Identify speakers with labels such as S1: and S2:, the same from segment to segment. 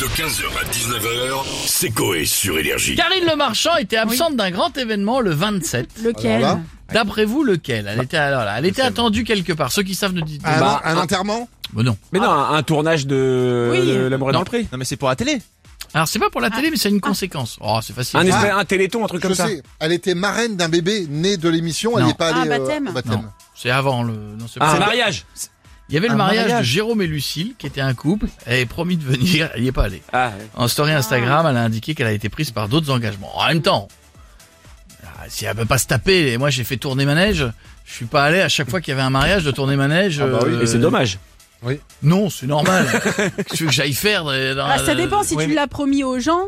S1: De 15h à 19h, c'est Coé sur Énergie.
S2: Karine Le Marchand était absente d'un grand événement le 27.
S3: Lequel
S2: D'après vous, lequel
S4: Ah.
S2: Elle était, alors là, elle était attendue quelque part. Ceux qui savent ne disent
S5: Un,
S2: pas.
S5: un enterrement
S2: Bon, non.
S4: Mais non, un, un tournage de,
S3: Oui.
S4: de L'amour est
S2: Non.
S4: dans le pré.
S6: Non mais c'est pour la télé.
S2: Alors c'est pas pour la télé, mais c'est une conséquence. Oh, c'est facile.
S4: Ah. Un,
S2: Ah,
S4: espèce- un téléthon, un truc
S5: Je
S4: comme ça.
S5: sais, elle était marraine d'un bébé né de l'émission, elle
S2: Non.
S5: n'est pas
S3: Ah,
S5: allée euh,
S3: baptême.
S5: au
S2: non,
S5: baptême.
S2: c'est avant le. Non, c'est
S4: Ah,
S2: pas-
S4: un mariage.
S2: Il y avait le
S4: un
S2: mariage, de
S4: mariage.
S2: Jérôme et Lucille, qui était un couple. Elle avait promis de venir, elle n'y est pas allée.
S4: Ah,
S2: En story Instagram, elle a indiqué qu'elle a été prise par d'autres engagements. En même temps, ah, si elle peut pas se taper, et moi j'ai fait tourner manège, je suis pas allé à chaque fois qu'il y avait un mariage de tourner manège.
S5: bah oui,
S4: Ah, et c'est dommage.
S2: Non, c'est normal. Qu'est-ce que tu veux que j'aille faire dans- dans-
S3: Ah, Ça dépend si
S4: oui,
S3: tu
S4: mais-
S3: l'as promis aux gens.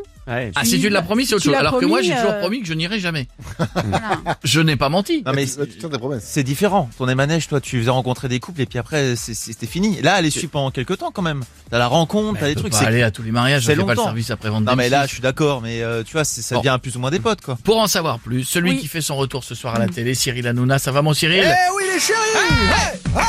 S2: Ah, si tu l'as promis, c'est autre
S3: Tu
S2: chose.
S3: l'as
S2: Alors que moi,
S3: promis,
S2: j'ai toujours
S3: euh,
S2: promis que je n'irai jamais.
S3: Voilà.
S2: Je n'ai pas menti.
S6: Non mais
S5: Tu- tu tiens tes promesses.
S6: c'est différent. Ton émanège, toi, tu faisais rencontrer des couples et puis après c'est- c'était fini. Là, elle est suit pendant quelques temps quand même. T'as la rencontre, t'as
S2: Elle
S6: des
S2: peut
S6: trucs.
S2: pas
S6: c'est-
S2: bah, aller à tous les mariages, je
S6: c'est
S2: fais pas le
S6: longtemps.
S2: service après-vente.
S6: Non mais
S2: d'M6.
S6: là, je suis d'accord, mais euh, tu vois, c'est- ça
S2: Bon.
S6: devient plus ou moins des potes quoi.
S2: Pour en savoir plus, celui
S3: Oui. Mmh.
S2: qui fait son retour ce soir à la télé, Cyril Hanouna, ça va mon Cyril
S6: Eh,
S7: Eh
S5: oui les chéris
S4: Eh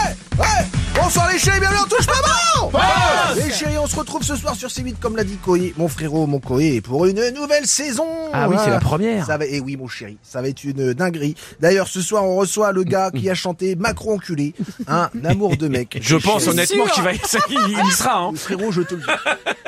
S5: Bonsoir les chéris, bienvenue en touche pas
S7: Les chéris, on se retrouve ce soir sur C8 comme l'a dit Koé, mon frérot, mon Koé, pour une nouvelle saison.
S4: Ah oui, c'est la première.
S7: Ça va, et oui, mon chéri, ça va être une dinguerie. D'ailleurs, ce soir, on reçoit le gars qui a chanté Macron enculé, un amour de mec.
S4: Je pense
S7: Chéri,
S4: honnêtement qu'il va ça, il, il y sera. Hein.
S7: mon Frérot, je te le dis.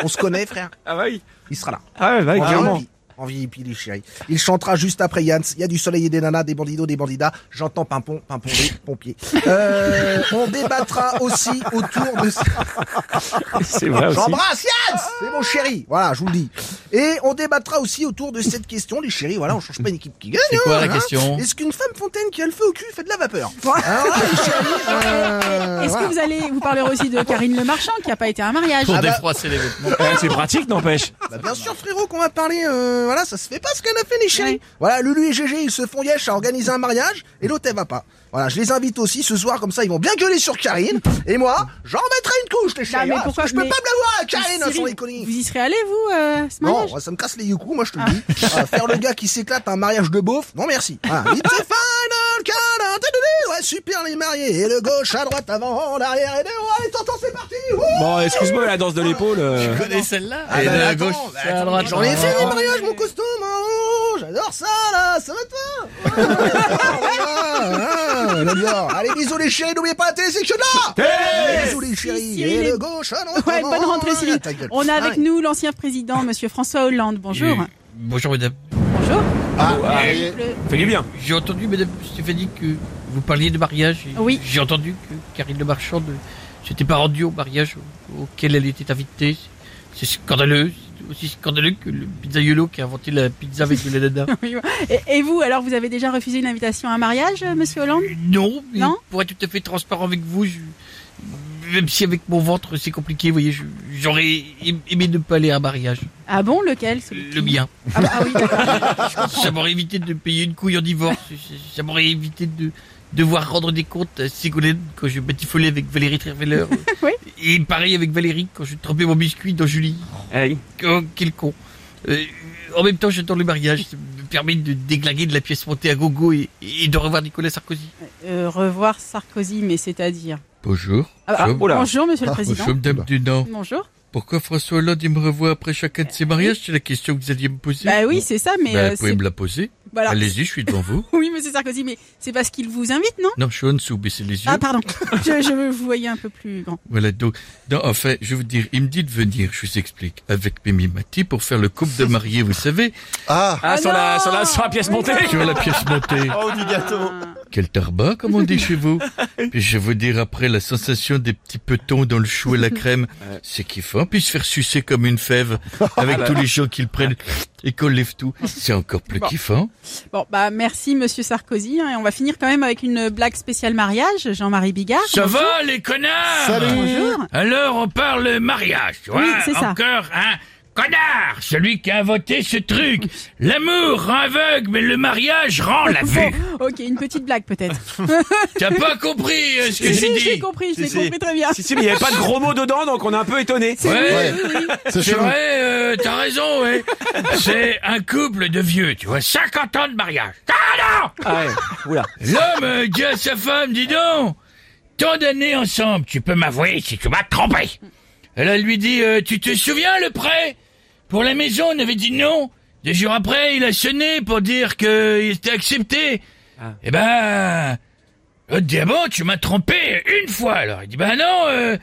S7: On se connaît, frère.
S4: Ah bah oui.
S7: Il sera là.
S4: Ah ouais, bah,
S7: En
S4: clairement.
S7: VIP, En VIP, les chéris. Il chantera juste après Yanns. Il y a du soleil et des nanas, des bandidos, des bandidas. J'entends pimpon, pimpon, des pompiers. Euh, on débattra aussi autour de
S4: C'est vrai Ah, aussi.
S7: J'embrasse Yann C'est mon chéri Voilà, je vous le dis. Et on débattra aussi autour de cette question, les chéris. Voilà, on change pas une équipe qui gagne.
S2: C'est quoi la
S7: hein.
S6: Ah,
S2: question
S6: bah,
S7: Est-ce qu'une femme fontaine qui a le feu au cul fait de la vapeur Alors là, les chéris, euh,
S3: Est-ce
S7: voilà.
S3: que vous allez vous parler aussi de Karine Le Marchand qui a pas été à un mariage
S2: Pour
S6: ah,
S7: bah-
S2: défroisser les vêtements.
S4: Ouais, c'est pratique, n'empêche.
S7: Bah, Bien sûr, frérot, qu'on va parler. euh, voilà, ça se fait pas ce qu'elle a fait, les chéris. Voilà, Lulu et Gégé, ils se font yesh à organiser un mariage et l'autre, elle va pas. Voilà, je les invite aussi ce soir, comme ça, ils vont bien gueuler sur Karine. Et moi, j'en mettrai une couche, les chéris.
S3: mais
S7: Voilà,
S3: pourquoi-
S7: parce que je peux
S3: mais-
S7: pas me la voir à Karine,
S3: Cyril,
S7: sans
S3: vous
S7: déconner.
S3: y serez allé vous euh, ce
S7: Non,
S3: mariage Ah.
S7: moi, ça me casse les youcous, moi je te le dis. Voilà, faire le gars qui s'éclate à un mariage de beauf, non merci. Voilà. It's a final countdown, tadadou, ouais, super les mariés, et de gauche à droite, avant, en arrière, et de ouais, t'entends, c'est parti wouh
S4: Bon, excuse-moi, la danse de l'épaule. euh,
S2: Vous connaissez celle-là
S7: Ah
S2: Et
S7: bah,
S2: de la
S7: attends,
S2: gauche,
S7: bah,
S2: c'est à la droite.
S7: J'en ai fait des mariages, mon costume, oh, j'adore ça là, ça va toi Ouais, ouais, ouais, ouais, ouais, j'adore. Allez, bisous les chéris, n'oubliez pas la télésection là Allez, Bisous les chéris,
S3: Cyril
S7: et
S3: est-
S7: de gauche à droite,
S3: Ouais,
S7: avant,
S3: bonne rentrée
S7: en arrière,
S3: Cyril.
S7: ta gueule.
S3: On a avec
S7: Allez.
S3: nous l'ancien président monsieur François Hollande. Bonjour.
S2: Euh, Bonjour mesdames.
S3: Bonjour.
S5: Ah,
S3: ah,
S2: Ah
S4: Fais du bien.
S2: J'ai entendu madame Stéphanie que vous parliez de mariage. et
S3: Oui.
S2: J'ai entendu que Karine Le Marchand ne s'était pas rendue au mariage au- auquel elle était invitée. C'est scandaleux. C'est aussi scandaleux que le pizzaïolo qui a inventé la pizza avec de la nana.
S3: Oui, Et, et vous alors vous avez déjà refusé une invitation à un mariage euh, monsieur Hollande
S2: Non, mais
S3: Non
S2: pour être tout à fait transparent avec vous, je- même si avec mon ventre c'est compliqué, vous voyez, je- j'aurais aim- aimé ne pas aller à un mariage.
S3: Ah bon lequel celui
S2: Le
S3: qui-
S2: mien.
S3: Ah, bah, ah oui. d'accord. Je comprends.
S2: Ça m'aurait évité de payer une couille en divorce. Ça- Ça m'aurait évité de devoir rendre des comptes à Ségolène quand je batifolais avec Valérie Trierweiler.
S3: Oui.
S2: Et pareil avec Valérie quand je trempais mon biscuit dans Julie.
S4: Hey.
S2: Oh, quel con. Euh, en même temps, j'attends le mariage. Ça me permet de déglinguer de la pièce montée à gogo et, et de revoir Nicolas Sarkozy.
S3: Euh, revoir Sarkozy mais c'est-à-dire.
S2: Bonjour.
S3: Ah, ah,
S4: oula.
S3: bonjour monsieur le président.
S2: Madame du Nord.
S3: Bonjour.
S2: Pourquoi François Hollande il me revoit après chacun de ses mariages C'est la question que vous alliez me poser.
S3: Bah oui c'est ça mais
S2: Bah,
S3: euh,
S2: vous pouvez
S3: c'est-
S2: me la poser.
S3: voilà.
S2: Allez-y, je suis devant vous.
S3: Oui, monsieur Sarkozy, mais c'est parce qu'il vous invite, non
S2: Non, je suis en dessous, baissez les yeux.
S3: Ah, pardon. Je, je vous voyais un peu plus grand.
S2: Voilà, donc, non, enfin, je vais vous dire, il me dit de venir, je vous explique, avec Mimi Mati pour faire le couple de mariés, vous savez,
S5: Ah
S4: Ah, sur, la,
S3: Ah, non
S4: sur, la, sur la pièce montée.
S2: sur la pièce montée.
S6: Oh du gâteau.
S2: Quel tarbat, comme on dit chez vous. Puis je vais vous dire après, la sensation des petits petons dans le chou et la crème, c'est kiffant, puis se faire sucer comme une fève, avec tous les gens qui le prennent et qu'on lève tout, c'est encore plus
S3: Bon.
S2: kiffant.
S3: Bon, bah merci, monsieur Sarkozy. hein, et on va finir quand même avec une blague spéciale mariage, Jean-Marie Bigard.
S2: Ça va, les connards
S3: Bonjour.
S2: Alors on parle mariage, tu vois,
S3: Oui, c'est ça.
S2: encore un connard, celui qui a inventé ce truc. L'amour rend aveugle, mais le mariage rend la
S3: Bon,
S2: vue.
S3: ok, une petite blague peut-être.
S2: T'as pas compris euh, ce que
S3: Si,
S2: j'ai
S3: je l'ai
S2: dit
S3: compris, je l'ai
S4: Si, si.
S3: compris très bien.
S4: Si, si, mais il n'y avait pas de gros mots dedans, donc on est un peu étonné.
S2: Ouais,
S5: Ouais, c'est
S2: c'est
S5: chelou.
S2: vrai, euh, t'as raison, ouais. C'est un couple de vieux, tu vois, 50 ans de mariage. Ah non
S4: Ah ouais. Oula.
S2: L'homme euh, dit à sa femme, dis donc, tant d'années ensemble, tu peux m'avouer si tu m'as trompé.
S1: Elle, elle lui dit, euh, tu te souviens le prêt Pour la maison, on avait dit non. Deux jours après, il a sonné pour dire qu'il était accepté.
S8: Ah.
S1: Eh ben, l'autre dit, ah bon, tu m'as trompé une fois. Alors, il dit, bah non, euh,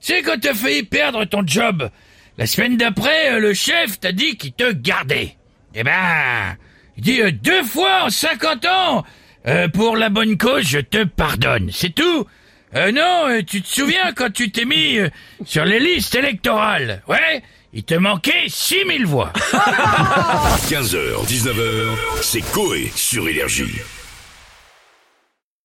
S1: tu sais quand t'as failli perdre ton job, la semaine d'après, euh, le chef t'a dit qu'il te gardait. Eh ben, il dit, euh, deux fois en 50 ans, euh, pour la bonne cause, je te pardonne. C'est tout. Euh, non, euh, tu te souviens quand tu t'es mis euh, sur les listes électorales Ouais, il te manquait 6000 voix.
S9: 15h, 19h, c'est Coé sur Énergie.